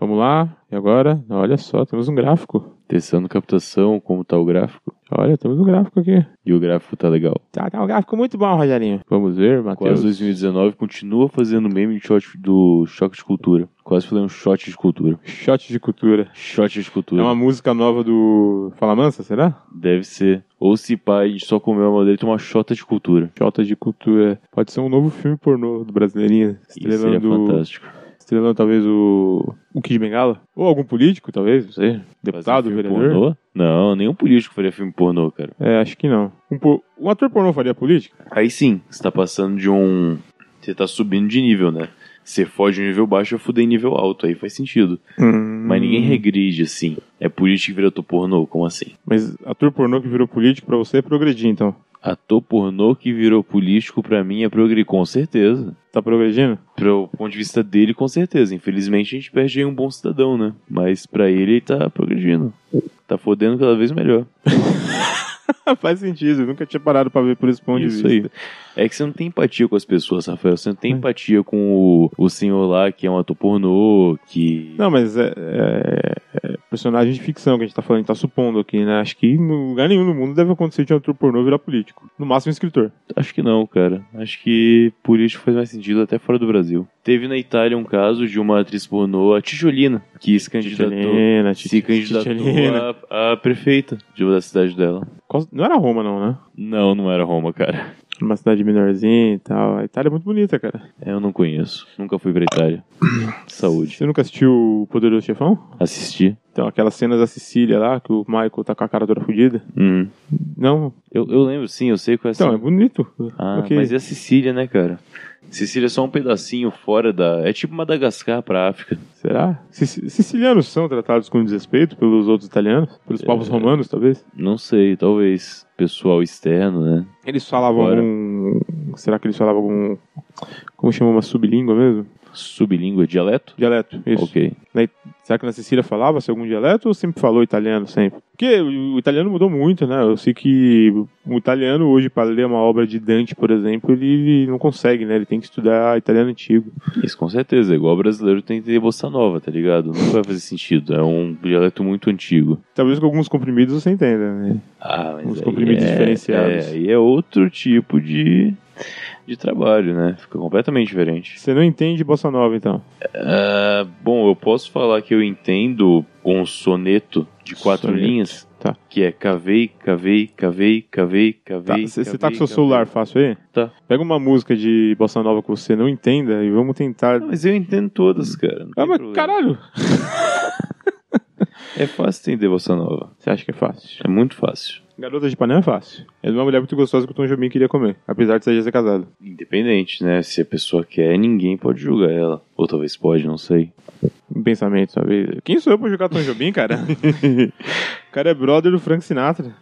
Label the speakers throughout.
Speaker 1: Vamos lá, e agora? Olha só, temos um gráfico.
Speaker 2: Testando captação, como tá o gráfico.
Speaker 1: Olha, temos um gráfico aqui.
Speaker 2: E o gráfico tá legal.
Speaker 1: Tá, tá um gráfico muito bom, Rogerinho. Vamos ver,
Speaker 2: Quase
Speaker 1: Matheus.
Speaker 2: 2019 continua fazendo meme de shot do choque de cultura. Quase falei um shot de cultura.
Speaker 1: Shot de cultura.
Speaker 2: Shot de
Speaker 1: É
Speaker 2: cultura.
Speaker 1: uma música nova do Fala Mansa, será?
Speaker 2: Deve ser. Ou se pai, a gente só comeu a madeira e tomou uma shota de cultura.
Speaker 1: Shot de cultura. Pode ser um novo filme pornô do Brasileirinha.
Speaker 2: Isso seria
Speaker 1: Estrelando,
Speaker 2: fantástico.
Speaker 1: estrelando talvez o, o Kid Bengala. Ou algum político, talvez, não sei. Deputado,
Speaker 2: Fazer um filme
Speaker 1: vereador.
Speaker 2: Pornô? Não, nenhum político faria filme pornô, cara.
Speaker 1: É, acho que não. Um, po- um ator pornô faria política?
Speaker 2: Aí sim, você tá passando de um. Você tá subindo de nível, né? Você foge de um nível baixo e fuder em nível alto, aí faz sentido. Mas ninguém
Speaker 1: Hum.
Speaker 2: regride assim. É político que vira ator pornô? Como assim?
Speaker 1: Mas ator pornô que virou político pra você é progredir, então.
Speaker 2: Ator pornô que virou político pra mim é progredir, com certeza.
Speaker 1: Tá progredindo?
Speaker 2: Pro ponto de vista dele, com certeza. Infelizmente a gente perde aí um bom cidadão, né? Mas pra ele, ele tá progredindo. Tá fodendo cada vez melhor.
Speaker 1: Ah, Faz sentido, eu nunca tinha parado pra ver por esse ponto
Speaker 2: Isso
Speaker 1: de
Speaker 2: aí.
Speaker 1: vista.
Speaker 2: É que você não tem empatia com as pessoas, Rafael. Você não tem
Speaker 1: É.
Speaker 2: empatia com o, o senhor lá que é um ator pornô, que.
Speaker 1: Não, mas é, é- é personagem de ficção que a gente tá falando, tá supondo aqui, né? Acho que em lugar nenhum no mundo deve acontecer de um ator pornô virar político. No máximo um escritor.
Speaker 2: Acho que não, cara. Acho que político faz mais sentido até fora do Brasil. Teve na Itália um caso de uma atriz pornô, a Tijolina, que se candidatou,
Speaker 1: Titielena,
Speaker 2: se
Speaker 1: Titi- Titielena.
Speaker 2: candidatou a, a prefeita de- da cidade dela.
Speaker 1: Qual- Não era Roma, não, né?
Speaker 2: Não, não era Roma, cara.
Speaker 1: Uma cidade menorzinha e tal. A Itália é muito bonita, cara.
Speaker 2: Eu não conheço. Nunca fui pra Itália. Saúde.
Speaker 1: Você nunca assistiu O Poderoso Chefão?
Speaker 2: Assisti.
Speaker 1: Então, aquelas cenas da Sicília lá, que o Michael tá com a cara toda fodida.
Speaker 2: Hum.
Speaker 1: Não,
Speaker 2: Eu, eu lembro, sim, eu sei qual é essa.
Speaker 1: então, é bonito.
Speaker 2: Ah,
Speaker 1: Ok.
Speaker 2: mas é a Sicília, né, cara? Sicília é só um pedacinho fora da. É tipo Madagascar pra África.
Speaker 1: Será? Sic- Sicilianos são tratados com desrespeito pelos outros italianos? Pelos povos romanos, talvez?
Speaker 2: Não sei, talvez pessoal externo, né?
Speaker 1: Eles falavam
Speaker 2: Agora.
Speaker 1: algum... Será que eles falavam algum... Como chama uma sublíngua mesmo?
Speaker 2: Sublíngua, dialeto?
Speaker 1: Dialeto, isso.
Speaker 2: Ok.
Speaker 1: Será que na Sicília falava-se algum dialeto ou sempre falou italiano, sempre? Porque o o italiano mudou muito, né? Eu sei que o italiano hoje, para ler uma obra de Dante, por exemplo, ele, ele não consegue, né? Ele tem que estudar italiano antigo.
Speaker 2: Isso com certeza, é igual o brasileiro tem que ter bossa nova, tá ligado? Não vai fazer sentido, é um dialeto muito antigo.
Speaker 1: Talvez com alguns comprimidos você entenda, né?
Speaker 2: Ah, mas
Speaker 1: Uns
Speaker 2: aí
Speaker 1: comprimidos
Speaker 2: é,
Speaker 1: diferenciados.
Speaker 2: É, aí é outro tipo de, de trabalho, né? Fica completamente diferente.
Speaker 1: Você não entende bossa nova, então.
Speaker 2: Ah, bom, eu posso falar que eu entendo um soneto de quatro
Speaker 1: Soneto.
Speaker 2: linhas.
Speaker 1: Tá.
Speaker 2: Que é cavei, cavei, cavei, cavei,
Speaker 1: Tá,
Speaker 2: cavei.
Speaker 1: você
Speaker 2: cavei,
Speaker 1: tá com seu
Speaker 2: cavei.
Speaker 1: celular fácil aí?
Speaker 2: Tá.
Speaker 1: Pega uma música de bossa nova que você não entenda e vamos tentar.
Speaker 2: Não, mas eu entendo todas, cara. não tem
Speaker 1: Ah, mas
Speaker 2: problema.
Speaker 1: caralho!
Speaker 2: É fácil entender bossa nova.
Speaker 1: Você acha que é fácil?
Speaker 2: É muito fácil.
Speaker 1: Garota de Ipanema é fácil. É de uma mulher muito gostosa que o Tom Jobim queria comer, apesar de você já ser casado.
Speaker 2: Independente, né? Se a pessoa quer, ninguém pode julgar ela. Ou talvez pode, não sei.
Speaker 1: Um pensamento, sabe? Quem sou eu pra jogar Tom Jobim, cara? o cara é brother do Frank Sinatra.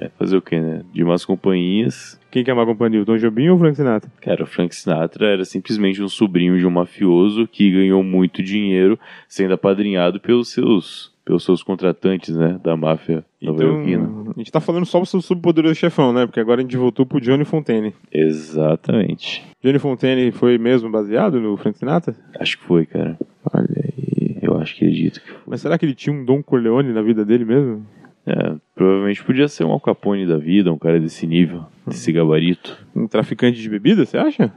Speaker 2: É, fazer o quê, né? De más companhias.
Speaker 1: Quem quer uma companhia, o Tom Jobim ou o Frank Sinatra?
Speaker 2: Cara, o Frank Sinatra era simplesmente um sobrinho de um mafioso que ganhou muito dinheiro sendo apadrinhado pelos seus, pelos seus contratantes, né? Da máfia
Speaker 1: Então-
Speaker 2: nova-iorquina.
Speaker 1: a gente tá falando só sobre o poderoso chefão, né? Porque agora a gente voltou pro Johnny Fontaine.
Speaker 2: Exatamente.
Speaker 1: Johnny Fontaine foi mesmo baseado no Frank Sinatra?
Speaker 2: Acho que foi, cara.
Speaker 1: Olha
Speaker 2: Eu acho que acredito que foi.
Speaker 1: Mas será que ele tinha um Dom Corleone na vida dele mesmo?
Speaker 2: É, provavelmente podia ser um Al Capone da vida, um cara desse nível, desse gabarito.
Speaker 1: Um traficante de bebida, você acha?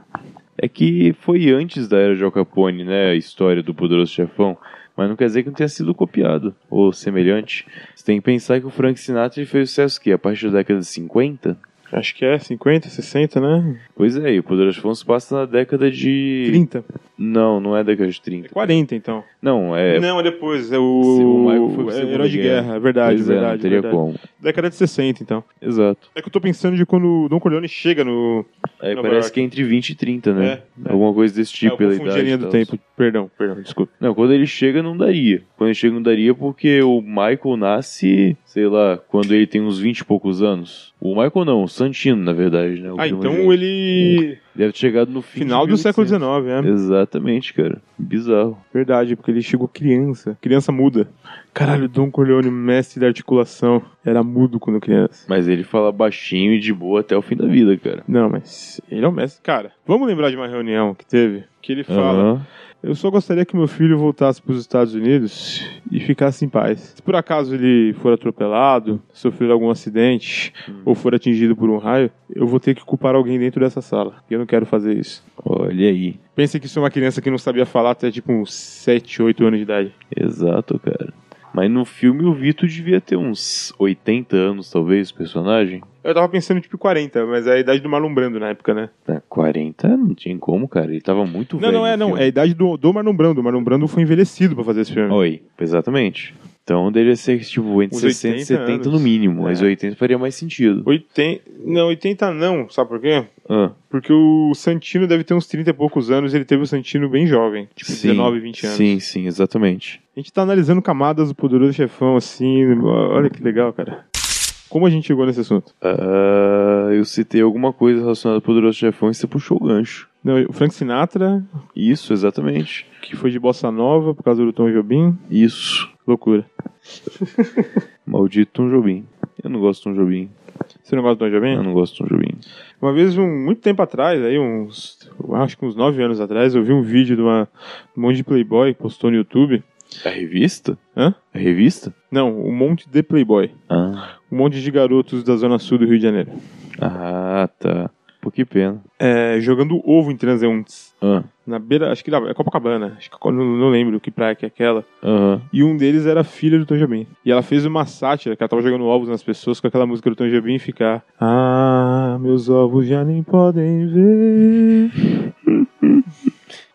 Speaker 2: É que foi antes da era de Al Capone, né? A história do Poderoso Chefão. Mas não quer dizer que não tenha sido copiado ou semelhante. Você tem que pensar que o Frank Sinatra ele fez sucesso que a partir da década de 50?
Speaker 1: Acho que é, 50, 60, né?
Speaker 2: Pois é, e o Poderoso Chefão se passa na década de.
Speaker 1: 30.
Speaker 2: Não, não é década de 30.
Speaker 1: 40, então.
Speaker 2: Não, é.
Speaker 1: Não, é depois. É
Speaker 2: Se o
Speaker 1: o.
Speaker 2: Michael foi pro
Speaker 1: é
Speaker 2: Segunda
Speaker 1: Herói de
Speaker 2: Guerra.
Speaker 1: guerra, é verdade,
Speaker 2: pois é,
Speaker 1: verdade.
Speaker 2: não teria
Speaker 1: verdade.
Speaker 2: como.
Speaker 1: Década de 60, então.
Speaker 2: Exato.
Speaker 1: É que eu tô pensando de quando o Dom Corleone chega no.
Speaker 2: Aí
Speaker 1: Nova
Speaker 2: parece
Speaker 1: York.
Speaker 2: que é entre 20 e 30, né?
Speaker 1: É, é.
Speaker 2: Alguma coisa desse
Speaker 1: É,
Speaker 2: tipo,
Speaker 1: eu
Speaker 2: pela
Speaker 1: confundi
Speaker 2: idade.
Speaker 1: a linha
Speaker 2: e
Speaker 1: do
Speaker 2: tal.
Speaker 1: tempo. Perdão, perdão, desculpa.
Speaker 2: Não, quando ele chega não daria. Quando ele chega não daria porque o Michael nasce, sei lá, quando ele tem uns 20 e poucos anos. O Michael não, o Santino, na verdade, né? O
Speaker 1: Ah,
Speaker 2: primo
Speaker 1: então
Speaker 2: dele.
Speaker 1: ele.
Speaker 2: Deve ter chegado no fim
Speaker 1: Final
Speaker 2: de
Speaker 1: do século
Speaker 2: 1800.
Speaker 1: XIX, é.
Speaker 2: Exatamente, cara. Bizarro.
Speaker 1: Verdade, porque ele chegou criança. Criança muda. Caralho, Dom Corleone, mestre da articulação. Era mudo quando criança.
Speaker 2: Mas ele fala baixinho e de boa até o fim da vida, cara.
Speaker 1: Não, mas ele é o mestre. Cara, vamos lembrar de uma reunião que teve que ele fala:
Speaker 2: Aham.
Speaker 1: Eu só gostaria que meu filho voltasse para os Estados Unidos e ficasse em paz. Se por acaso ele for atropelado, sofrer algum acidente ou for atingido por um raio, eu vou ter que culpar alguém dentro dessa sala. E eu não quero fazer isso.
Speaker 2: Olha aí.
Speaker 1: Pensa que isso é uma criança que não sabia falar até tipo uns 7, 8 anos de idade.
Speaker 2: Exato, cara. Mas no filme o Vito devia ter uns 80 anos, talvez, o personagem.
Speaker 1: Eu tava pensando tipo 40, mas é a idade do Malumbrando na época, né?
Speaker 2: Tá, 40 não tinha como, cara. Ele tava muito
Speaker 1: Não,
Speaker 2: velho.
Speaker 1: não é,
Speaker 2: no
Speaker 1: não.
Speaker 2: filme.
Speaker 1: É a idade do, do Marlon Brando. O Marlon Brando foi envelhecido pra fazer esse filme.
Speaker 2: Oi, exatamente. Então deveria ser tipo entre
Speaker 1: Uns
Speaker 2: 60 e
Speaker 1: 80
Speaker 2: 70 no
Speaker 1: anos.
Speaker 2: mínimo, mas
Speaker 1: É.
Speaker 2: 80 faria mais sentido.
Speaker 1: 80. Não, 80 não, sabe por quê?
Speaker 2: Ah,
Speaker 1: Porque o Santino deve ter uns 30 e poucos anos, ele teve o Santino bem jovem, tipo 19, 20 anos.
Speaker 2: Sim, sim, exatamente.
Speaker 1: A gente tá analisando camadas do poderoso chefão, assim. Olha que legal, cara. Como a gente chegou nesse assunto?
Speaker 2: Ah, eu citei alguma coisa relacionada ao Poderoso Chefão e você puxou o gancho.
Speaker 1: Não, o Frank Sinatra,
Speaker 2: Isso, exatamente.
Speaker 1: que foi de bossa nova por causa do Tom Jobim,
Speaker 2: Isso.
Speaker 1: loucura.
Speaker 2: Maldito Tom Jobim. Eu não gosto de Tom Jobim.
Speaker 1: Você não gosta do Tom Jobim?
Speaker 2: Eu não gosto de Tom Jobim.
Speaker 1: Uma vez, um, muito tempo atrás, aí uns, eu acho que uns 9 anos atrás, eu vi um vídeo de uma, um monte de Playboy que postou no YouTube.
Speaker 2: A É revista?
Speaker 1: Hã?
Speaker 2: A revista?
Speaker 1: Não, um monte de Playboy.
Speaker 2: Ah,
Speaker 1: Um monte de garotos da Zona Sul do Rio de Janeiro.
Speaker 2: ah tá. Pô, que pena.
Speaker 1: É, jogando ovo em é um transeuntes.
Speaker 2: Ah,
Speaker 1: Na beira, acho que lá, é Copacabana, acho que, não, não lembro que praia que é aquela.
Speaker 2: aham.
Speaker 1: E um deles era a filha do Tom Jobim. E ela fez uma sátira, que ela tava jogando ovos nas pessoas com aquela música do Tom Jobim e ficar. Ah, meus ovos já nem podem ver.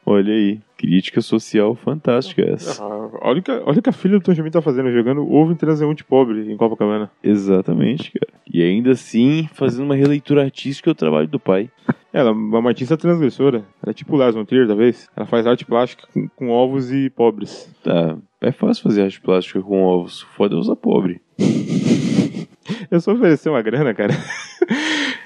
Speaker 2: Olha aí. Crítica social fantástica essa.
Speaker 1: Ah, olha, o que, olha o que a filha do Tom Jobim tá fazendo, jogando ovo em transeunte pobre em Copacabana.
Speaker 2: Exatamente, cara. E ainda assim, fazendo uma releitura artística do trabalho do pai.
Speaker 1: Ela é uma artista transgressora. Ela é tipo Lars von Trier, talvez. Ela faz arte plástica com, com ovos e pobres.
Speaker 2: Tá, é fácil fazer arte plástica com ovos. Foda é usar pobre.
Speaker 1: Eu só oferecer uma grana, cara.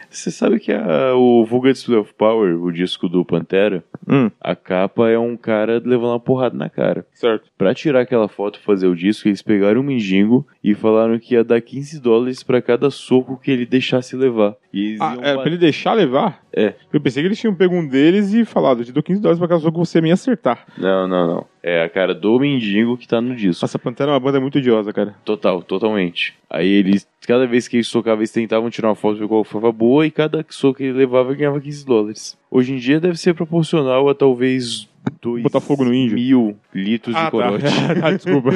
Speaker 2: Você sabe que a, o Vulgar Display of Power, o disco do Pantera,
Speaker 1: Hum,
Speaker 2: a capa é um cara levando uma porrada na cara.
Speaker 1: certo.
Speaker 2: Pra tirar aquela foto e fazer o disco, eles pegaram um mendigo e falaram que ia dar 15 dólares pra cada soco que ele deixasse levar. E eles
Speaker 1: Ah,
Speaker 2: iam
Speaker 1: é,
Speaker 2: bater-
Speaker 1: pra ele deixar levar?
Speaker 2: É.
Speaker 1: Eu pensei que eles tinham pego um deles e falado: eu te dou 15 dólares pra caso você me acertar.
Speaker 2: Não, não, não. É a cara do mendigo que tá no disco.
Speaker 1: Nossa, Pantera é uma banda muito idiosa, cara.
Speaker 2: Total, totalmente. Aí eles, cada vez que eles socavam, eles tentavam tirar uma foto de qual ficava boa e cada soco que ele levava ele ganhava 15 dólares. Hoje em dia deve ser proporcional a talvez 2
Speaker 1: Botar fogo no índio?
Speaker 2: mil litros de
Speaker 1: tá.
Speaker 2: corote.
Speaker 1: Ah, desculpa.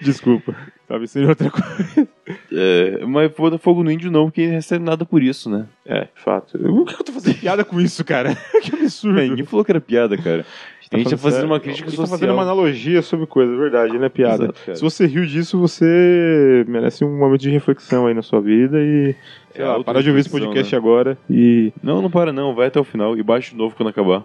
Speaker 1: desculpa. Tava pensando em outra coisa.
Speaker 2: É, mas botar fogo no índio não, porque ele recebe nada por isso, né?
Speaker 1: É, fato. Por que eu tô fazendo piada com isso, cara? que absurdo.
Speaker 2: Ninguém falou que era piada, cara. A gente tá fazendo
Speaker 1: sério.
Speaker 2: uma crítica
Speaker 1: A gente
Speaker 2: social.
Speaker 1: tá fazendo uma analogia sobre coisa, é verdade, né? Piada.
Speaker 2: Exato, cara.
Speaker 1: Se você riu disso, você merece um momento de reflexão aí na sua vida e. Sei
Speaker 2: É, né?
Speaker 1: lá, parar de ouvir esse
Speaker 2: autoreflexão,
Speaker 1: podcast agora e.
Speaker 2: Não, não para não, vai até o final e baixa de novo quando acabar.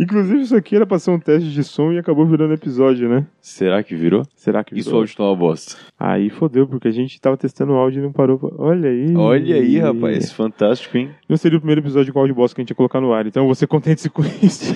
Speaker 1: Inclusive, isso aqui era pra ser um teste de som e acabou virando episódio, né?
Speaker 2: Será que virou?
Speaker 1: Será que
Speaker 2: Isso o áudio tá uma bosta.
Speaker 1: Aí fodeu, porque a gente tava testando o áudio e não parou. pra- Olha aí.
Speaker 2: Olha aí, rapaz, fantástico, hein?
Speaker 1: Não seria o primeiro episódio com áudio bosta que a gente ia colocar no ar, então você contente-se com isso.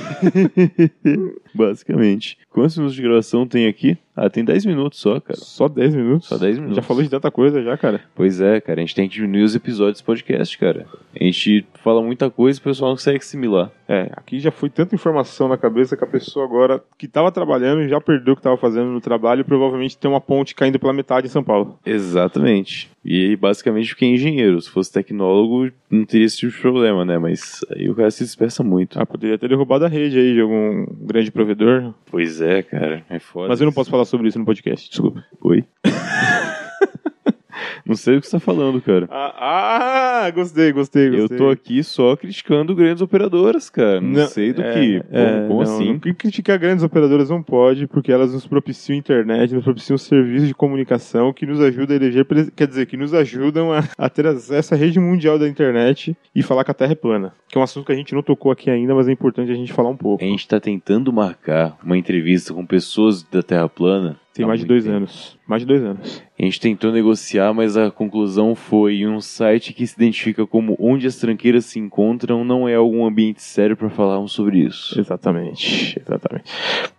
Speaker 2: Basicamente. Quantos minutos de gravação tem aqui? Ah, tem 10 minutos só, cara.
Speaker 1: Só 10 minutos?
Speaker 2: Só 10 minutos.
Speaker 1: Já falou de tanta coisa já, cara.
Speaker 2: Pois é, cara, a gente tem que diminuir os episódios do podcast, cara. A gente fala muita coisa e o pessoal não consegue assimilar.
Speaker 1: É, aqui já foi tanta informação na cabeça que a pessoa agora que tava trabalhando já perdeu o que tava fazendo no trabalho e provavelmente tem uma ponte caindo pela metade em São Paulo.
Speaker 2: Exatamente. E aí, basicamente, fiquei engenheiro. Se fosse tecnólogo, não teria esse tipo de problema, né? Mas aí o cara se dispersa muito.
Speaker 1: Ah, poderia ter derrubado a rede aí de algum grande provedor.
Speaker 2: Pois é, cara, é foda.
Speaker 1: Mas eu não posso falar sobre isso no podcast, desculpa.
Speaker 2: Oi? não sei o que você tá falando, cara.
Speaker 1: Ah, ah, gostei, gostei,
Speaker 2: Eu
Speaker 1: gostei.
Speaker 2: tô aqui só criticando grandes operadoras, cara. Não,
Speaker 1: Não,
Speaker 2: sei do
Speaker 1: é,
Speaker 2: que. Como,
Speaker 1: é,
Speaker 2: como
Speaker 1: não,
Speaker 2: assim?
Speaker 1: não cri- criticar grandes operadoras não pode, porque elas nos propiciam internet, nos propiciam serviços de comunicação que nos ajuda a eleger, pres- quer dizer, que nos ajudam a, a ter acesso à rede mundial da internet e falar que a Terra é plana. Que é um assunto que a gente não tocou aqui ainda, mas é importante a gente falar um pouco.
Speaker 2: A gente tá tentando marcar uma entrevista com pessoas da Terra Plana.
Speaker 1: Tem
Speaker 2: há
Speaker 1: mais de
Speaker 2: muito
Speaker 1: dois
Speaker 2: tempo.
Speaker 1: anos. Mais de dois anos.
Speaker 2: A gente tentou negociar, mas a conclusão foi em um site que se identifica como onde as tranqueiras se encontram não é algum ambiente sério pra falarmos sobre isso.
Speaker 1: Exatamente, exatamente.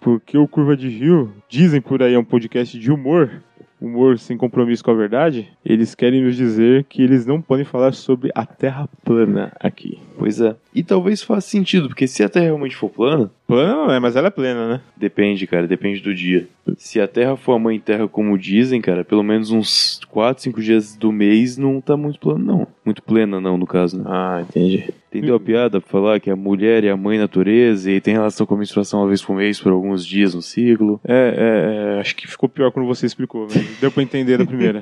Speaker 1: Porque o Curva um de Rio, dizem por aí, é um podcast de humor. humor sem compromisso com a verdade, eles querem nos dizer que eles não podem falar sobre a Terra plana aqui.
Speaker 2: Pois é. E talvez faça sentido, porque se a Terra realmente for plana,
Speaker 1: Plana não é, mas ela é plena, né?
Speaker 2: depende, cara, depende do dia. Se a Terra for a mãe Terra, como dizem, cara, pelo menos uns 4, 5 dias do mês não tá muito plano, não. Muito plena, não, no caso, né?
Speaker 1: Ah, entendi.
Speaker 2: Entendeu a piada pra falar que a mulher é a mãe natureza e tem relação com a menstruação uma vez por mês por alguns dias no ciclo?
Speaker 1: É, é, é, acho que ficou pior quando você explicou, mas deu pra entender da primeira.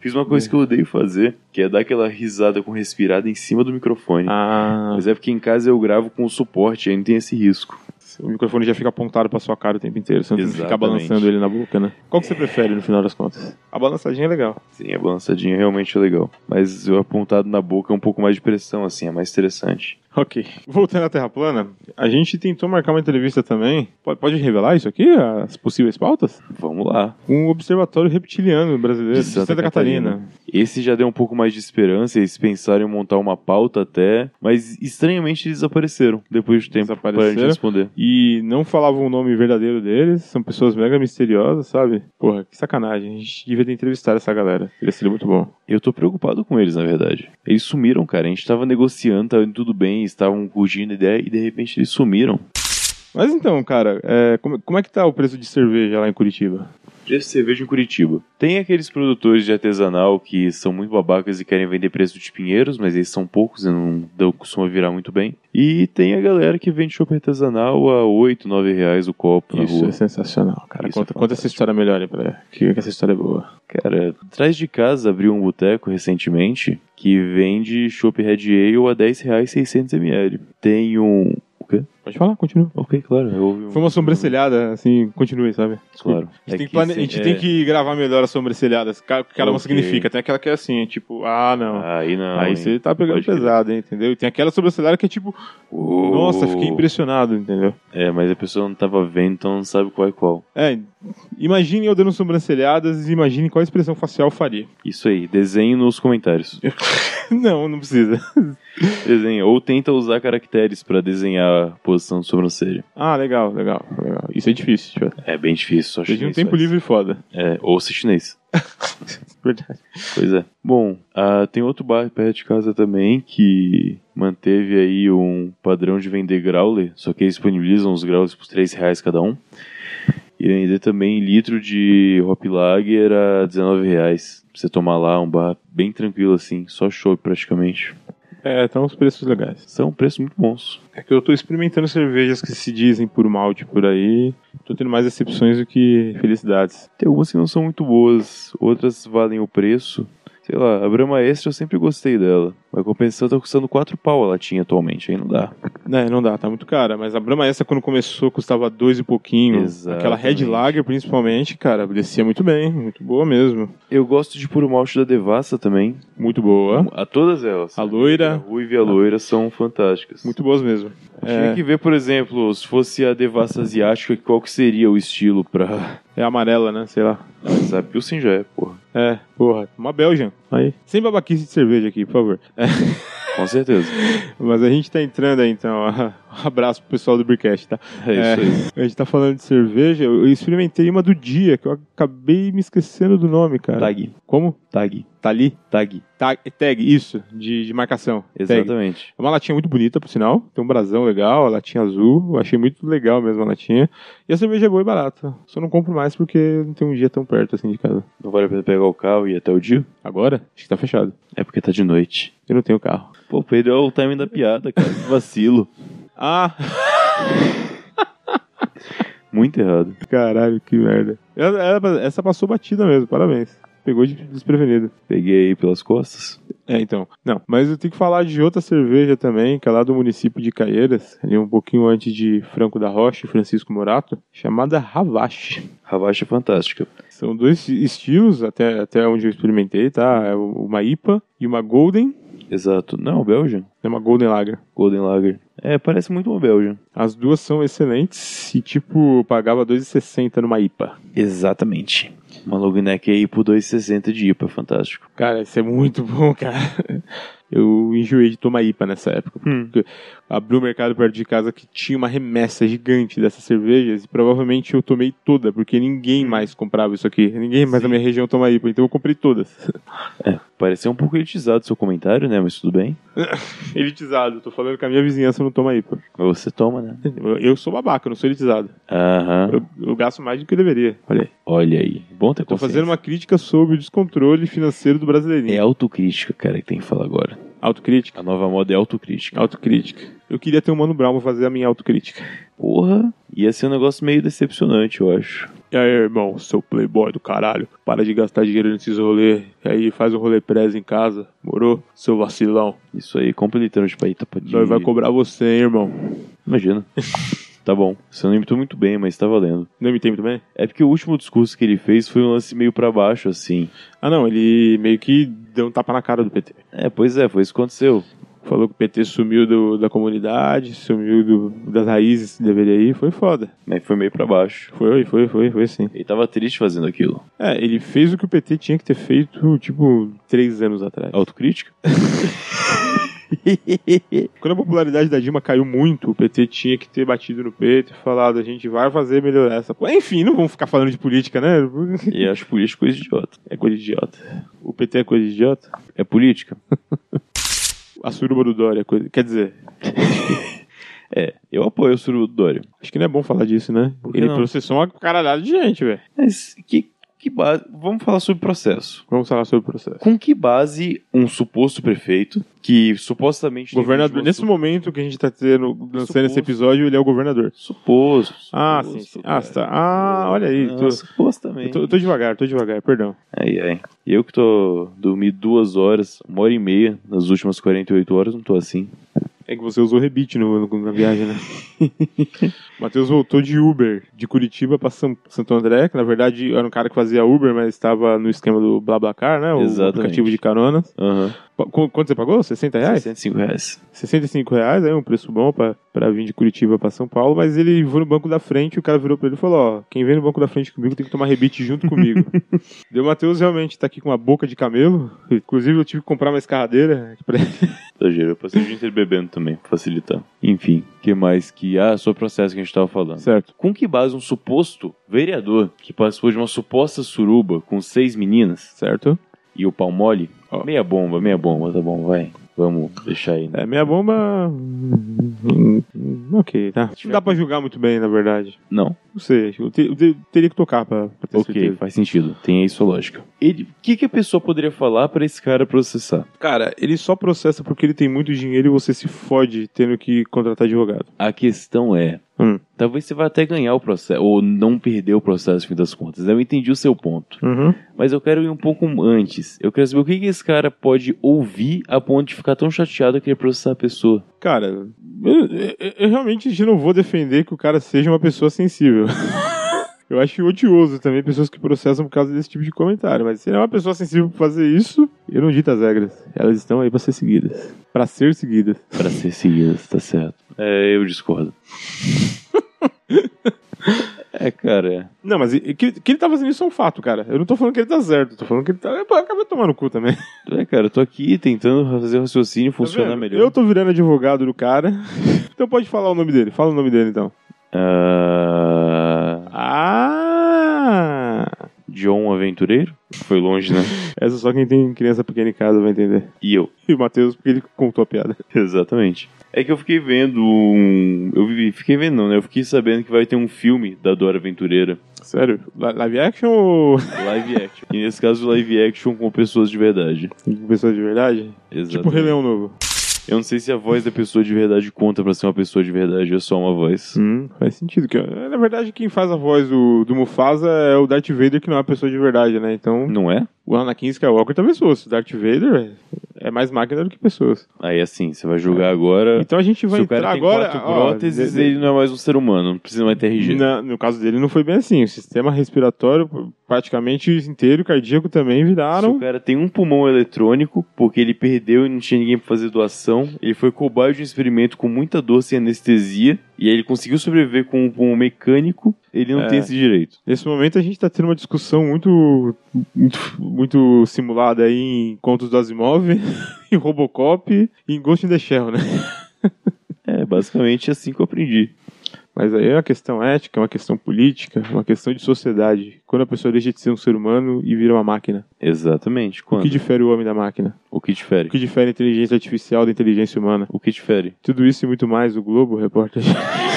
Speaker 2: Fiz uma
Speaker 1: Hum.
Speaker 2: coisa que eu odeio fazer, que é dar aquela risada com respirada em cima do microfone.
Speaker 1: ah,
Speaker 2: Mas é porque em casa eu gravo com o suporte, aí não tem esse risco.
Speaker 1: o microfone já fica apontado pra sua cara o tempo inteiro, você não tem que ficar
Speaker 2: Exatamente.
Speaker 1: balançando ele na boca, né? Qual que você prefere no final das contas? A balançadinha é legal.
Speaker 2: Sim, a balançadinha realmente é legal. Mas o apontado na boca é um pouco mais de pressão, assim, é mais interessante.
Speaker 1: Ok. Voltando à Terra plana, a gente tentou marcar uma entrevista também. Pode, pode revelar isso aqui, as possíveis pautas?
Speaker 2: Vamos lá.
Speaker 1: Um observatório reptiliano brasileiro de Santa, Catarina.
Speaker 2: Esse já deu um pouco mais de esperança, eles pensaram em montar uma pauta até, mas estranhamente eles desapareceram depois do tempo para a gente
Speaker 1: Desapareceram.
Speaker 2: responder.
Speaker 1: E não falavam o nome verdadeiro deles, são pessoas mega misteriosas, sabe? Porra, que sacanagem. A gente devia ter entrevistado essa galera. Teria sido muito bom.
Speaker 2: Eu tô preocupado com eles, na verdade. Eles sumiram, cara. A gente tava negociando, tava indo tudo bem, estavam curtindo a ideia e de repente eles sumiram.
Speaker 1: Mas então, cara, é, como, como é que tá o preço de cerveja lá em Curitiba?
Speaker 2: preço de cerveja em Curitiba. Tem aqueles produtores de artesanal que são muito babacas e querem vender preço de pinheiros, mas eles são poucos e não dão, costuma virar muito bem. E tem a galera que vende chopp artesanal a 8, 9 reais o copo na
Speaker 1: Isso
Speaker 2: rua.
Speaker 1: é sensacional, cara.
Speaker 2: Isso é
Speaker 1: Conta, conta essa história melhor aí pra que, que essa história é boa.
Speaker 2: Cara, atrás de casa abriu um boteco recentemente que vende chopp Red Ale a 10 reais 600ml. Tem um... O quê?
Speaker 1: Pode falar, continua.
Speaker 2: Ok, claro. Eu ouvi um...
Speaker 1: Foi uma sobrancelhada, assim, continue, sabe?
Speaker 2: Claro.
Speaker 1: A gente,
Speaker 2: É
Speaker 1: tem, que plane- a
Speaker 2: assim,
Speaker 1: gente
Speaker 2: é-
Speaker 1: tem que gravar melhor as sobrancelhadas, ca- o que cada uma
Speaker 2: Ok.
Speaker 1: significa. Tem aquela que é assim, é tipo, ah, não.
Speaker 2: Aí não,
Speaker 1: Aí
Speaker 2: hein.
Speaker 1: você tá pegando
Speaker 2: Pode crer. Oh.
Speaker 1: pesado, hein, entendeu? E tem aquela sobrancelhada que é tipo, nossa, fiquei impressionado, entendeu?
Speaker 2: Uh. É, mas a pessoa não tava vendo, então não sabe qual é qual.
Speaker 1: É, imagine eu dando sobrancelhadas e imagine qual expressão facial eu faria.
Speaker 2: Isso aí, desenhe nos comentários.
Speaker 1: Não, não precisa.
Speaker 2: Desenha. Ou tenta usar caracteres pra desenhar a posição de sobrancelha.
Speaker 1: Ah, legal, legal, legal. Isso é difícil, tipo.
Speaker 2: É bem difícil, só
Speaker 1: Eu tinha um
Speaker 2: chinês.
Speaker 1: tempo
Speaker 2: faz.
Speaker 1: livre foda.
Speaker 2: É, ou se chinês.
Speaker 1: Verdade.
Speaker 2: Pois é. Bom, ah, tem outro bar perto de casa também que manteve aí um padrão de vender growler, só que eles disponibilizam os growlers por 3 reais cada um. E vender também litro de hop lager a R$19,00. reais. Pra você tomar lá um bar bem tranquilo assim, só show praticamente.
Speaker 1: É, então os preços legais.
Speaker 2: São preços muito bons.
Speaker 1: É que eu tô experimentando cervejas que se dizem por malte por aí. Tô tendo mais decepções do que felicidades.
Speaker 2: Tem algumas que não são muito boas, outras valem o preço. Sei lá, a Brahma Extra eu sempre gostei dela. Mas compensando, tá custando 4 pau a latinha atualmente, aí não dá.
Speaker 1: Né, não dá, tá muito cara. Mas a Brahma essa quando começou custava dois e pouquinho.
Speaker 2: Exatamente.
Speaker 1: Aquela Red Lager, principalmente, cara, descia muito bem, muito boa mesmo.
Speaker 2: Eu gosto de Puro Malte da Devassa também.
Speaker 1: Muito boa.
Speaker 2: A todas elas.
Speaker 1: A
Speaker 2: A
Speaker 1: loira, Ah.
Speaker 2: Ruiva e a Loira são fantásticas.
Speaker 1: muito boas mesmo.
Speaker 2: Tinha
Speaker 1: É,
Speaker 2: que ver, por exemplo, se fosse a Devassa Asiática, qual que seria o estilo pra...
Speaker 1: é amarela, né? Sei lá.
Speaker 2: Sabe, Pilsen já é, porra.
Speaker 1: É, porra, uma Belgian. Aí. Sem babaquice de cerveja aqui, por favor.
Speaker 2: Com certeza.
Speaker 1: Mas a gente tá entrando aí, então. Um abraço pro pessoal do Bricast, tá?
Speaker 2: É isso
Speaker 1: A
Speaker 2: aí.
Speaker 1: gente tá falando de cerveja. Eu experimentei uma do dia, que eu acabei me esquecendo do nome, cara.
Speaker 2: Tag,
Speaker 1: Como?
Speaker 2: É. tag,
Speaker 1: Tali?
Speaker 2: tag.
Speaker 1: Tag, tag isso, de, de marcação. Tag.
Speaker 2: Exatamente.
Speaker 1: É uma latinha muito bonita, por sinal. Tem um brasão legal, a latinha azul. Eu achei muito legal mesmo a latinha. E a cerveja é boa e barata. Só não compro mais porque não tem um dia tão perto assim de casa.
Speaker 2: Não vale a pena pegar o carro e ir até o dia?
Speaker 1: Agora? Acho que tá fechado.
Speaker 2: É porque tá de noite.
Speaker 1: Eu não tenho carro.
Speaker 2: Pô, perdeu o timing da piada, cara. Que vacilo.
Speaker 1: Ah!
Speaker 2: Muito errado.
Speaker 1: Caralho, que merda. Ela- ela- essa passou batida mesmo, parabéns. Pegou de desprevenido.
Speaker 2: Peguei aí pelas costas.
Speaker 1: É, então. Não, mas eu tenho que falar de outra cerveja também, que é lá do município de Caieiras, ali um pouquinho antes de Franco da Rocha e Francisco Morato, chamada Ravache.
Speaker 2: Ravacha fantástica.
Speaker 1: São dois estilos, até, até onde eu experimentei, tá? É uma IPA e uma Golden.
Speaker 2: Exato. Não, Belgian.
Speaker 1: É uma Golden Lager.
Speaker 2: Golden Lager. É, parece muito uma Belgian.
Speaker 1: As duas são excelentes e, tipo, pagava 2,60 numa IPA.
Speaker 2: Exatamente. Uma Logneck aí por 2,60 de IPA, fantástico.
Speaker 1: Cara, isso é muito bom, cara. Eu enjoei de tomar IPA nessa época.
Speaker 2: Hum.
Speaker 1: Porque Abriu um mercado perto de casa que tinha uma remessa gigante dessas cervejas e provavelmente eu tomei toda, porque ninguém mais comprava isso aqui. Ninguém mais
Speaker 2: Hum. Sim.
Speaker 1: na minha região toma IPA, então eu comprei todas.
Speaker 2: Pareceu um pouco elitizado o seu comentário, né? Mas tudo bem.
Speaker 1: Elitizado, tô falando que a minha vizinhança não toma IPA.
Speaker 2: Você toma, né?
Speaker 1: Eu- Eu sou babaca, eu não sou elitizado.
Speaker 2: Aham.
Speaker 1: Eu, eu gasto mais do que eu deveria. Olha aí.
Speaker 2: Olha aí. Bom ter
Speaker 1: Tô
Speaker 2: consciência.
Speaker 1: fazendo uma crítica sobre o descontrole financeiro do
Speaker 2: É
Speaker 1: brasileirinho.
Speaker 2: autocrítica, cara, que tem que falar agora.
Speaker 1: Autocrítica?
Speaker 2: A nova moda é autocrítica.
Speaker 1: Autocrítica. Eu queria ter um Mano Brown pra fazer a minha autocrítica.
Speaker 2: Porra, ia ser um negócio meio decepcionante, eu acho.
Speaker 1: E aí, irmão, seu playboy do caralho, para de gastar dinheiro nesses rolê. E aí faz um rolê presa em casa, morou? Seu vacilão.
Speaker 2: Isso aí, compra litrão de paita pra
Speaker 1: Nós vai cobrar você, hein, irmão.
Speaker 2: Imagina. tá bom. Você não imitou muito bem, mas tá valendo.
Speaker 1: Não me tem muito bem?
Speaker 2: É porque o último discurso que ele fez foi um lance meio pra baixo, assim.
Speaker 1: Ah, não, ele meio que deu um tapa na cara do PT.
Speaker 2: É, pois é, foi isso que aconteceu.
Speaker 1: Falou que o PT sumiu do- da comunidade, sumiu do- das raízes que deveria ir. Foi foda.
Speaker 2: Né? Foi meio pra baixo.
Speaker 1: Foi, foi, foi, foi sim.
Speaker 2: Ele tava triste fazendo aquilo.
Speaker 1: É, ele fez o que o PT tinha que ter feito, tipo, três anos atrás.
Speaker 2: É Autocrítica?
Speaker 1: Quando a popularidade da Dilma caiu muito, o PT tinha que ter batido no peito e falado: a gente vai fazer melhorar essa porra. Enfim, não vamos ficar falando de política, né?
Speaker 2: e acho política coisa idiota.
Speaker 1: É coisa de idiota. O PT é coisa de idiota.
Speaker 2: É política?
Speaker 1: A suruba do Dória é coisa. Quer dizer,
Speaker 2: É. Eu apoio o suruba do Dória.
Speaker 1: acho que não é bom falar disso, né?
Speaker 2: que
Speaker 1: Ele
Speaker 2: não?
Speaker 1: processou uma caralhada de gente, velho.
Speaker 2: Mas que, que base... Vamos falar sobre processo.
Speaker 1: Vamos falar sobre o processo.
Speaker 2: Com que base um suposto prefeito, que supostamente. tem
Speaker 1: Governador,
Speaker 2: vítimas
Speaker 1: nesse
Speaker 2: do-
Speaker 1: momento que a gente tá tendo, lançando esse
Speaker 2: Suposto.
Speaker 1: episódio, ele é o governador.
Speaker 2: Suposto.
Speaker 1: Ah,
Speaker 2: suposto,
Speaker 1: sim, sim.
Speaker 2: cara.
Speaker 1: Ah, tá. Ah, olha aí.
Speaker 2: Ah,
Speaker 1: Tô, eu
Speaker 2: supostamente.
Speaker 1: tô, eu tô devagar, tô devagar, perdão.
Speaker 2: Ai, ai. Eu que tô dormi duas horas, uma hora e meia nas últimas 48 horas, não tô assim.
Speaker 1: É que você usou rebite no, no- na viagem, né? Matheus voltou de Uber, de Curitiba pra São, Santo André, que na verdade era um cara que fazia Uber, mas estava no esquema do BlaBlaCar, né? O
Speaker 2: Exatamente.
Speaker 1: aplicativo de caronas.
Speaker 2: Aham.
Speaker 1: Qu- Quanto você pagou? 60
Speaker 2: É,
Speaker 1: reais?
Speaker 2: 65 reais.
Speaker 1: 65 reais, aí um preço bom pra, pra vir de Curitiba pra São Paulo, mas ele foi no banco da frente e o cara virou pra ele e falou, ó, quem vem no banco da frente comigo tem que tomar rebite junto comigo. Deu o Matheus realmente tá aqui com uma boca de camelo, inclusive eu tive que comprar uma escarradeira pra
Speaker 2: Exagero, eu passei o dia inteiro bebendo também, pra facilitar. Enfim, que mais que. Ah, sobre o processo que a gente tava falando.
Speaker 1: Certo.
Speaker 2: Com que base um suposto vereador que participou de uma suposta suruba com seis meninas
Speaker 1: Certo.
Speaker 2: e o Palmole.
Speaker 1: Ó.
Speaker 2: Meia bomba, meia bomba, tá bom, vai. Vamos deixar aí. né?
Speaker 1: É, minha bomba. hum, hum, Ok, tá. Não dá pra julgar muito bem, na verdade.
Speaker 2: Não,
Speaker 1: Não sei, acho que eu, te- eu te- teria que tocar pra, pra ter
Speaker 2: ok,
Speaker 1: certeza.
Speaker 2: faz sentido. Tem aí sua lógica. Ele- O que, que a pessoa poderia falar pra esse cara processar?
Speaker 1: Cara, ele só processa porque ele tem muito dinheiro e você se fode tendo que contratar advogado.
Speaker 2: A questão é.
Speaker 1: Hum.
Speaker 2: Talvez você vá até ganhar o processo, ou não perder o processo, no fim das contas. né? Eu entendi o seu ponto.
Speaker 1: Uhum.
Speaker 2: Mas eu quero ir um pouco antes. Eu quero saber o que, que esse cara pode ouvir a ponto de ficar tão chateado que ele processar a pessoa.
Speaker 1: Cara, eu, eu- eu realmente já não vou defender que o cara seja uma pessoa sensível. Eu acho odioso também pessoas que processam por causa desse tipo de comentário, mas se ele é uma pessoa sensível pra fazer isso, eu não dito as regras. Elas estão aí pra ser seguidas. Pra ser seguidas.
Speaker 2: Pra ser seguido, tá certo. É, eu discordo. é, cara.
Speaker 1: Não, mas e- que, que ele tá fazendo isso é um fato, cara. Eu não tô falando que ele tá certo, eu tô falando que ele tá. é, pô, Acaba de tomar no cu também.
Speaker 2: É, cara, eu tô aqui tentando fazer o raciocínio funcionar
Speaker 1: Tá vendo?
Speaker 2: melhor.
Speaker 1: Eu tô virando advogado do cara. Então pode falar o nome dele. Fala o nome dele então.
Speaker 2: Ah,
Speaker 1: Ah!
Speaker 2: John Aventureiro? Foi longe, né?
Speaker 1: Essa só quem tem criança pequena em casa vai entender.
Speaker 2: e eu.
Speaker 1: E o Matheus, porque ele contou a piada.
Speaker 2: Exatamente. É que eu fiquei vendo um. Eu vi- fiquei vendo, não, né? Eu fiquei sabendo que vai ter um filme da Dora Aventureira.
Speaker 1: Sério? Li- Live action ou.
Speaker 2: Live action. e nesse caso, live action com pessoas de verdade.
Speaker 1: pessoa de verdade?
Speaker 2: Exato.
Speaker 1: Tipo Rei Leão Novo.
Speaker 2: eu não sei se a voz da pessoa de verdade conta pra ser uma pessoa de verdade ou é só uma voz.
Speaker 1: Hum, faz sentido. Que, na verdade, quem faz a voz do, do Mufasa é o Darth Vader, que não é uma pessoa de verdade, né? Então.
Speaker 2: Não é?
Speaker 1: O Anakin Skywalker talvez fosse. O Darth Vader é mais máquina do que pessoas.
Speaker 2: Aí assim, você vai julgar agora.
Speaker 1: Então a gente vai
Speaker 2: Se o cara
Speaker 1: entrar
Speaker 2: tem
Speaker 1: agora.
Speaker 2: quatro
Speaker 1: ó,
Speaker 2: próteses,
Speaker 1: de- de-
Speaker 2: ele não é mais um ser humano, não precisa mais ter RG.
Speaker 1: na- no caso dele não foi bem assim. O sistema respiratório praticamente inteiro, e cardíaco também
Speaker 2: Se o
Speaker 1: viraram.
Speaker 2: cara tem um pulmão eletrônico, porque ele perdeu e não tinha ninguém pra fazer doação, ele foi cobaia de um experimento com muita dor sem anestesia, e aí ele conseguiu sobreviver com um pulmão mecânico, ele não
Speaker 1: É.
Speaker 2: tem esse direito.
Speaker 1: Nesse momento a gente tá tendo uma discussão muito muito, muito simulada aí em Contos do Asimov, em Robocop e em Ghost in the Shell, né?
Speaker 2: É, basicamente assim que eu aprendi.
Speaker 1: Mas aí é uma questão ética, é uma questão política, é uma questão de sociedade. Quando a pessoa deixa de ser um ser humano e vira uma máquina.
Speaker 2: Exatamente. Quando?
Speaker 1: O que difere o homem da máquina?
Speaker 2: difere?
Speaker 1: O que difere a inteligência artificial da inteligência humana?
Speaker 2: O que difere?
Speaker 1: Tudo isso e muito mais o Globo, repórter.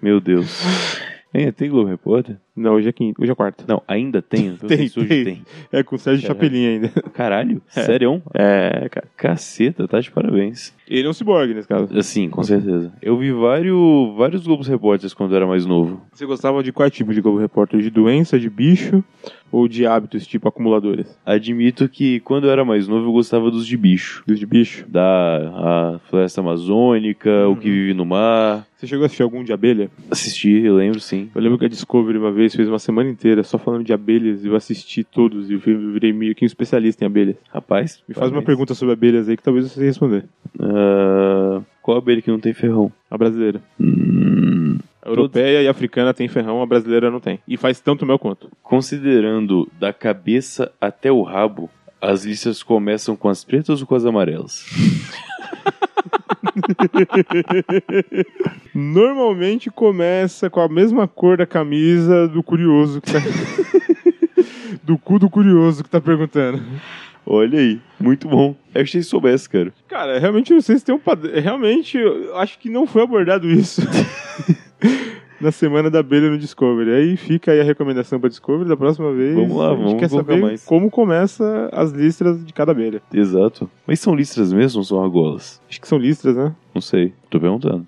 Speaker 2: Meu Deus. Ainda tem Globo Repórter?
Speaker 1: Não, hoje é quinta, hoje é quarta.
Speaker 2: Não, ainda tem. então
Speaker 1: Tem,
Speaker 2: tem, se hoje
Speaker 1: tem.
Speaker 2: tem.
Speaker 1: É com o Sérgio
Speaker 2: Caraca.
Speaker 1: Chapelin ainda.
Speaker 2: Caralho? Sério? É, cara. Caceta, tá de parabéns.
Speaker 1: Ele é um ciborgue nesse caso.
Speaker 2: Assim, com certeza. Eu vi vários, vários Globos Repórteres quando eu era mais novo.
Speaker 1: Você gostava de qual tipo de Globo Repórter? De doença, de bicho ou de hábitos tipo acumuladores?
Speaker 2: Admito que quando eu era mais novo eu gostava dos de bicho.
Speaker 1: Dos de bicho.
Speaker 2: Da a floresta amazônica, o
Speaker 1: Uhum.
Speaker 2: que vive no mar.
Speaker 1: Você chegou a assistir algum de abelha?
Speaker 2: Assisti, eu lembro sim.
Speaker 1: Eu lembro que a Discovery uma vez fez uma semana inteira só falando de abelhas e eu assisti todos e eu virei meio que um especialista em abelhas.
Speaker 2: Rapaz,
Speaker 1: Me faz uma
Speaker 2: parabéns.
Speaker 1: pergunta sobre abelhas aí que talvez você saiba responder.
Speaker 2: Ah, qual abelha que não tem ferrão?
Speaker 1: A brasileira.
Speaker 2: Hum,
Speaker 1: A europeia e a africana tem ferrão, a brasileira não tem. E faz tanto meu quanto.
Speaker 2: considerando da cabeça até o rabo, as listas começam com as pretas ou com as amarelas?
Speaker 1: Normalmente começa com a mesma cor da camisa do curioso que tá... do cu do curioso que tá perguntando.
Speaker 2: Olha aí, muito bom. Eu achei que soubesse, cara.
Speaker 1: Cara, realmente eu não sei se tem um padrão. Realmente, eu acho que não foi abordado isso. Na semana da abelha no Discovery. Aí fica aí a recomendação pra Discovery da próxima vez.
Speaker 2: Vamos lá,
Speaker 1: a gente
Speaker 2: vamos
Speaker 1: quer
Speaker 2: colocar
Speaker 1: saber
Speaker 2: mais.
Speaker 1: como começa as listras de cada abelha.
Speaker 2: Exato. Mas são listras mesmo ou são argolas?
Speaker 1: Acho que são listras, né?
Speaker 2: Não sei, tô perguntando.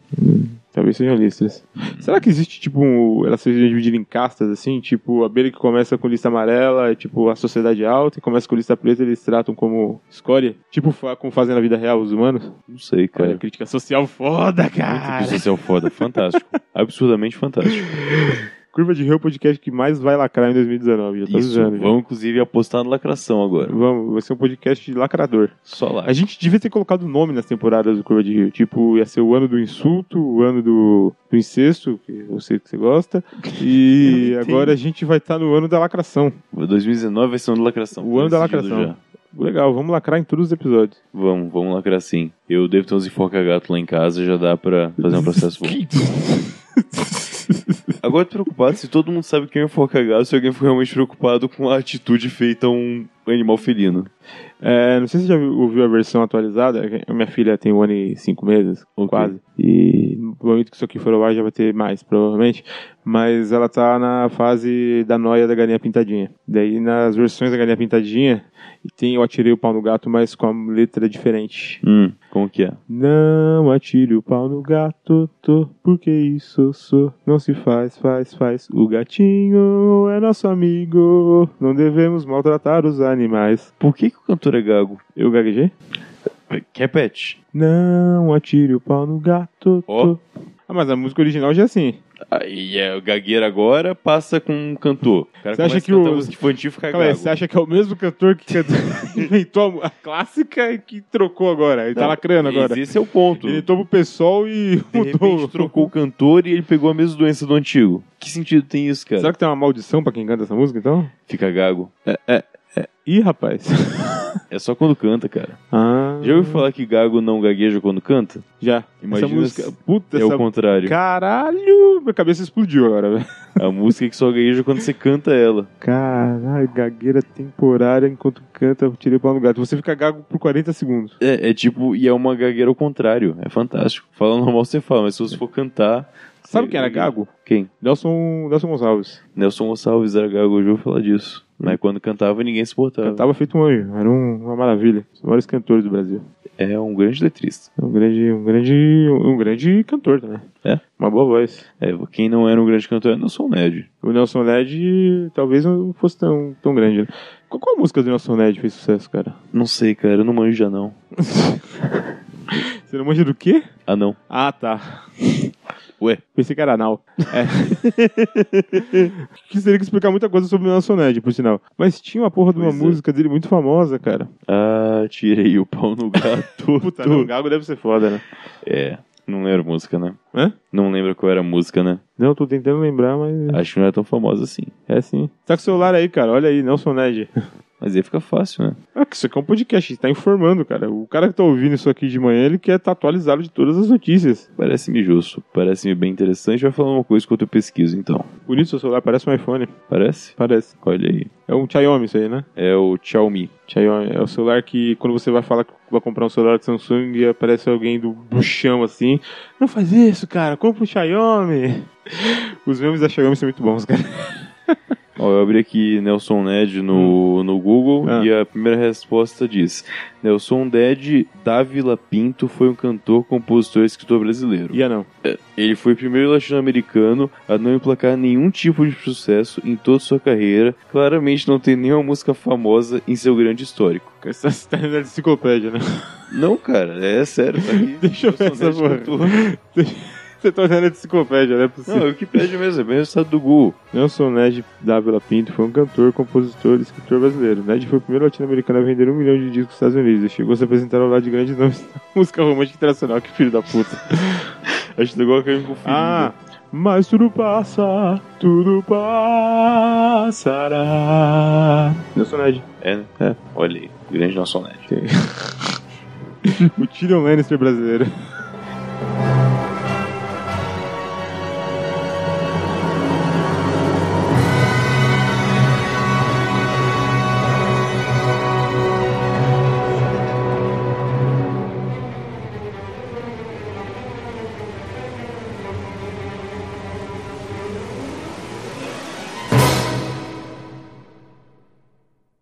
Speaker 1: Talvez sejam listras. Será que existe, tipo, um, elas sejam divididas em castas, assim? Tipo, a abelha que começa com lista amarela é, tipo, a sociedade alta, e começa com lista preta, eles tratam como escória? Tipo, fa- como fazem na vida real os humanos?
Speaker 2: Não sei,
Speaker 1: Olha,
Speaker 2: cara.
Speaker 1: crítica social foda,
Speaker 2: Muito
Speaker 1: cara!
Speaker 2: bicho social foda, fantástico. Absurdamente fantástico.
Speaker 1: Curva de Rio é o podcast que mais vai lacrar em 2019, já tô
Speaker 2: Isso,
Speaker 1: avisando. já.
Speaker 2: vamos inclusive apostar na lacração agora.
Speaker 1: Vamos, vai ser um podcast de lacrador.
Speaker 2: Só lá.
Speaker 1: A gente devia ter colocado o nome nas temporadas do Curva de Rio. Tipo, ia ser o ano do insulto, o ano do, do incesto, que eu sei que você gosta. E
Speaker 2: Eu entendo.
Speaker 1: agora a gente vai estar no ano da lacração.
Speaker 2: 2019 vai ser o ano da lacração.
Speaker 1: O ano da
Speaker 2: Decidido
Speaker 1: lacração. Legal, vamos lacrar em todos os episódios.
Speaker 2: Vamos, vamos lacrar sim. Eu devo ter uns enforca-gato lá em casa, já dá pra fazer um processo bom. Agora eu tô preocupado se todo mundo sabe quem é o enforca-gato, se alguém for realmente preocupado com a atitude feita a um animal felino.
Speaker 1: É, não sei se você já viu- ouviu a versão atualizada. A minha filha tem um ano e cinco meses,
Speaker 2: Ok.
Speaker 1: quase. E no momento que isso aqui for ao ar já vai ter mais, provavelmente. Mas ela tá na fase da noia da galinha pintadinha. Daí nas versões da galinha pintadinha, tem eu atirei o pau no gato, mas com a letra diferente.
Speaker 2: Hum, como que é?
Speaker 1: Não atire o pau no gato, tô, porque isso sou. Não se faz, faz, faz. O gatinho é nosso amigo. Não devemos maltratar os animais.
Speaker 2: Por que, que o cantor é gago? é
Speaker 1: Eu gaguejei?
Speaker 2: Repete.
Speaker 1: Não atire o pau no gato.
Speaker 2: Ó.
Speaker 1: tô. Ah, mas a música original já é assim.
Speaker 2: Aí é o gagueiro agora, passa com um cantor. O cara
Speaker 1: Você
Speaker 2: você
Speaker 1: acha
Speaker 2: acha
Speaker 1: que
Speaker 2: a cantar
Speaker 1: o-
Speaker 2: música infantil e fica
Speaker 1: Calma aí,
Speaker 2: gago.
Speaker 1: você acha que é o mesmo cantor que canta- inventou a a clássica e que trocou agora? Ele tá
Speaker 2: Não,
Speaker 1: lacrando agora.
Speaker 2: Esse é o ponto.
Speaker 1: Ele tomou o pessoal e
Speaker 2: De
Speaker 1: mudou.
Speaker 2: repente trocou o cantor e ele pegou a mesma doença do antigo. Que sentido tem isso, cara?
Speaker 1: Será que tem uma maldição pra quem canta essa música, então?
Speaker 2: Fica gago.
Speaker 1: Ih, rapaz.
Speaker 2: É só quando canta, cara.
Speaker 1: Ah,
Speaker 2: Já ouviu falar que gago não gagueja quando canta?
Speaker 1: já.
Speaker 2: Imagina
Speaker 1: essa música...
Speaker 2: se-
Speaker 1: Puta,
Speaker 2: É
Speaker 1: essa...
Speaker 2: o contrário.
Speaker 1: Caralho, minha cabeça explodiu agora, velho.
Speaker 2: A música é que só gagueja quando você canta ela.
Speaker 1: Caralho, gagueira temporária enquanto canta, eu tirei o pau no gato. Você fica gago por 40 segundos.
Speaker 2: É, é tipo, e é uma gagueira ao contrário. É fantástico. Fala normal você fala, mas se você for cantar.
Speaker 1: Sabe
Speaker 2: você-
Speaker 1: quem era gago?
Speaker 2: Quem?
Speaker 1: Nelson, Nelson Gonçalves.
Speaker 2: Nelson Gonçalves era gago, hoje eu vou falar disso. Mas quando cantava, ninguém suportava.
Speaker 1: Cantava feito um anjo. Era um- uma maravilha. Um dos maiores cantores do Brasil.
Speaker 2: É um grande letrista.
Speaker 1: Um grande, um grande, um grande cantor também.
Speaker 2: É?
Speaker 1: Uma boa voz.
Speaker 2: É, quem não era um grande cantor era Nelson Ned.
Speaker 1: O Nelson Led talvez não fosse tão, tão grande. né? Qual, qual música do Nelson Led fez sucesso, cara?
Speaker 2: Não sei, cara, eu não manjo já não.
Speaker 1: Você não manja do quê?
Speaker 2: Ah, não.
Speaker 1: Ah, tá.
Speaker 2: Ué.
Speaker 1: Pensei que era anal. É. que teria que explicar muita coisa sobre o Nelson Ned, por sinal. Mas tinha uma porra de uma
Speaker 2: Pois é.
Speaker 1: música dele muito famosa, cara.
Speaker 2: Ah, tirei o pau no gato.
Speaker 1: Puta, não, Gago deve ser foda, né?
Speaker 2: É, não lembro a música, né?
Speaker 1: Hã?
Speaker 2: Não lembro qual era a música, né?
Speaker 1: Não, tô tentando lembrar, mas
Speaker 2: Acho que não era tão famosa assim.
Speaker 1: é sim. Tá com o celular aí, cara. Olha aí, Nelson Ned.
Speaker 2: Mas aí fica fácil, né?
Speaker 1: Ah, que isso aqui é um podcast, a gente tá informando, cara. O cara que tá ouvindo isso aqui de manhã, ele quer estar atualizado de todas as notícias.
Speaker 2: Parece-me justo, parece-me bem interessante. Vai falar uma coisa enquanto eu pesquiso, então.
Speaker 1: Bonito seu celular, parece um iPhone.
Speaker 2: Parece?
Speaker 1: Parece.
Speaker 2: Olha aí.
Speaker 1: É um Xiaomi isso aí, né?
Speaker 2: É o Xiaomi.
Speaker 1: Xiaomi. É o celular que quando você vai falar que vai comprar um celular de Samsung e aparece alguém do, do chão assim. Não faz isso, cara. Compra um Xiaomi. Os memes da Xiaomi são muito bons, cara.
Speaker 2: Ó, eu abri aqui Nelson Ned no, no Google
Speaker 1: Ah.
Speaker 2: e a primeira resposta diz: Nelson Ned Dávila Pinto foi um cantor, compositor e escritor brasileiro.
Speaker 1: Ia não.
Speaker 2: Ele foi o primeiro latino-americano a não emplacar nenhum tipo de sucesso em toda sua carreira. Claramente não tem nenhuma música famosa em seu grande histórico.
Speaker 1: Essa tá na enciclopédia, né?
Speaker 2: Não, cara, é sério, tá aqui.
Speaker 1: Deixa eu ver essa
Speaker 2: Nelson Ned
Speaker 1: porra.
Speaker 2: cantor.
Speaker 1: Você tá olhando a enciclopédia, não é possível.
Speaker 2: Não, é o que pede mesmo, é bem o resultado do Google.
Speaker 1: Nelson Ned Dávila Pinto foi um cantor, compositor e escritor brasileiro. Ned foi o primeiro latino-americano a vender um milhão de discos nos Estados Unidos e chegou a se apresentar ao lado de grandes nomes da música romântica internacional. Que filho da puta.
Speaker 2: Acho que igual que eu me confundi.
Speaker 1: ah, mas tudo passa, tudo passará. Nelson Ned.
Speaker 2: É, né?
Speaker 1: É.
Speaker 2: Olha aí, grande Nelson Ned.
Speaker 1: O Tyrion Lannister brasileiro.